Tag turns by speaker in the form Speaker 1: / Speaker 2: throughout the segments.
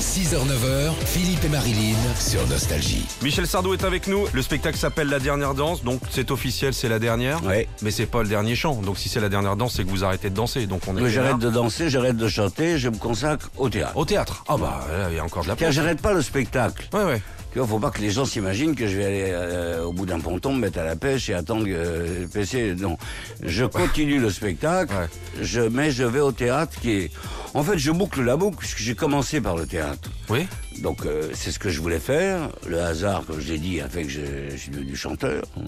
Speaker 1: 6h-9h, Philippe et Marilyn sur Nostalgie.
Speaker 2: Michel Sardou est avec nous. Le spectacle s'appelle La dernière danse, donc c'est officiel, c'est la dernière.
Speaker 3: Ouais.
Speaker 2: Mais c'est pas le dernier chant. Donc si c'est la dernière danse, c'est que vous arrêtez de danser. Donc on est
Speaker 3: Mais
Speaker 2: peinard.
Speaker 3: j'arrête de danser, j'arrête de chanter, je me consacre au théâtre.
Speaker 2: au théâtre. Ah bah là, il y a encore de la
Speaker 3: Tiens,
Speaker 2: place.
Speaker 3: j'arrête pas le spectacle.
Speaker 2: Ouais ouais.
Speaker 3: Tu vois, faut pas que les gens s'imaginent que je vais aller euh, au bout d'un ponton, me mettre à la pêche et attendre que euh, le PC. Non. Je continue le spectacle,
Speaker 2: Ouais.
Speaker 3: je, mais je vais au théâtre qui est. En fait, je boucle la boucle puisque j'ai commencé par le théâtre.
Speaker 2: Oui.
Speaker 3: Donc, euh, c'est ce que je voulais faire. Le hasard, comme je l'ai dit, a fait que je, je suis devenu chanteur. euh,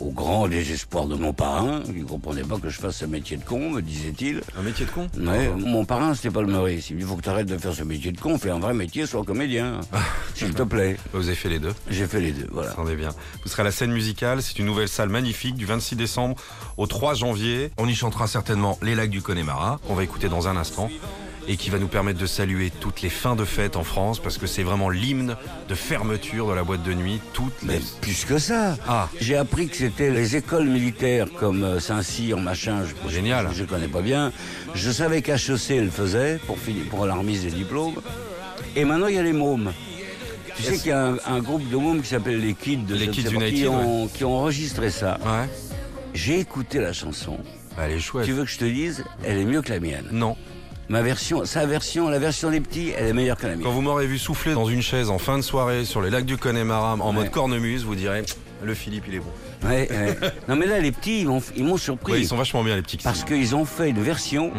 Speaker 3: Au grand désespoir de mon parrain, qui ne comprenait pas que je fasse ce métier de con, me disait-il.
Speaker 2: Un métier de con.
Speaker 3: Ouais, Oh, mon parrain, c'était pas le Maurice. Il me dit, faut que t'arrêtes de faire ce métier de con, fais un vrai métier, sois comédien. S'il te plaît.
Speaker 2: Vous avez fait les deux.
Speaker 3: J'ai fait les deux, voilà.
Speaker 2: Attendez bien. Vous serez à la scène musicale. C'est une nouvelle salle magnifique du 26 décembre au 3 janvier. On y chantera certainement les lacs du Connemara. On va écouter dans un instant. Et qui va nous permettre de saluer toutes les fins de fête en France parce que c'est vraiment l'hymne de fermeture de la boîte de nuit. Toutes
Speaker 3: Mais
Speaker 2: les.
Speaker 3: plus que ça.
Speaker 2: Ah.
Speaker 3: J'ai appris que c'était les écoles militaires comme euh, Saint-Cyr, machin. Je, je-
Speaker 2: Génial.
Speaker 3: Je, connais pas bien. Je savais qu'HEC le faisait pour, finir, pour la remise des diplômes. Et maintenant, il y a les mômes. Tu sais qu'il y a un, un groupe de mômes qui s'appelle les Kids de
Speaker 2: Les
Speaker 3: je ne
Speaker 2: Kids
Speaker 3: sais pas, qui,
Speaker 2: United,
Speaker 3: ont, qui ont enregistré ça.
Speaker 2: Ouais.
Speaker 3: J'ai écouté la chanson.
Speaker 2: Bah, elle est chouette.
Speaker 3: Tu veux que je te dise, elle est mieux que la mienne.
Speaker 2: Non.
Speaker 3: Ma version, sa version, la version des petits, elle est meilleure que la mienne.
Speaker 2: Quand vous m'aurez vu souffler dans une chaise en fin de soirée sur les lacs du Connemara en mode cornemuse, vous direz le Philippe il est bon.
Speaker 3: Ouais, ouais. non mais là, les petits, ils m'ont, ils m'ont surpris.
Speaker 2: Ouais, ils sont Mmh. vachement bien les petits.
Speaker 3: Parce qu'ils ont fait une version.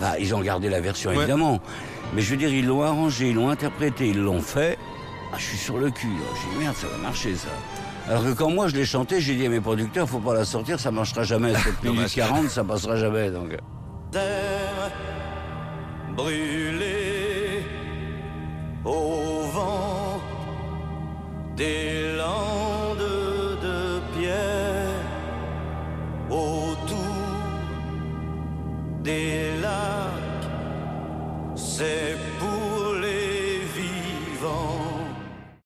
Speaker 3: Bah, ils ont gardé la version,
Speaker 2: Ouais.
Speaker 3: évidemment. Mais je veux dire, ils l'ont arrangé, ils l'ont interprété, ils l'ont fait. Ah, je suis sur le cul. là. J'ai dit, merde, ça va marcher, ça. Alors que quand moi, je l'ai chanté, j'ai dit à mes producteurs, faut pas la sortir, ça marchera jamais. 7 minutes
Speaker 2: Dommage.
Speaker 3: 40, ça passera jamais, donc.
Speaker 4: terre brûlée au vent des landes de pierre autour des lacs. C'est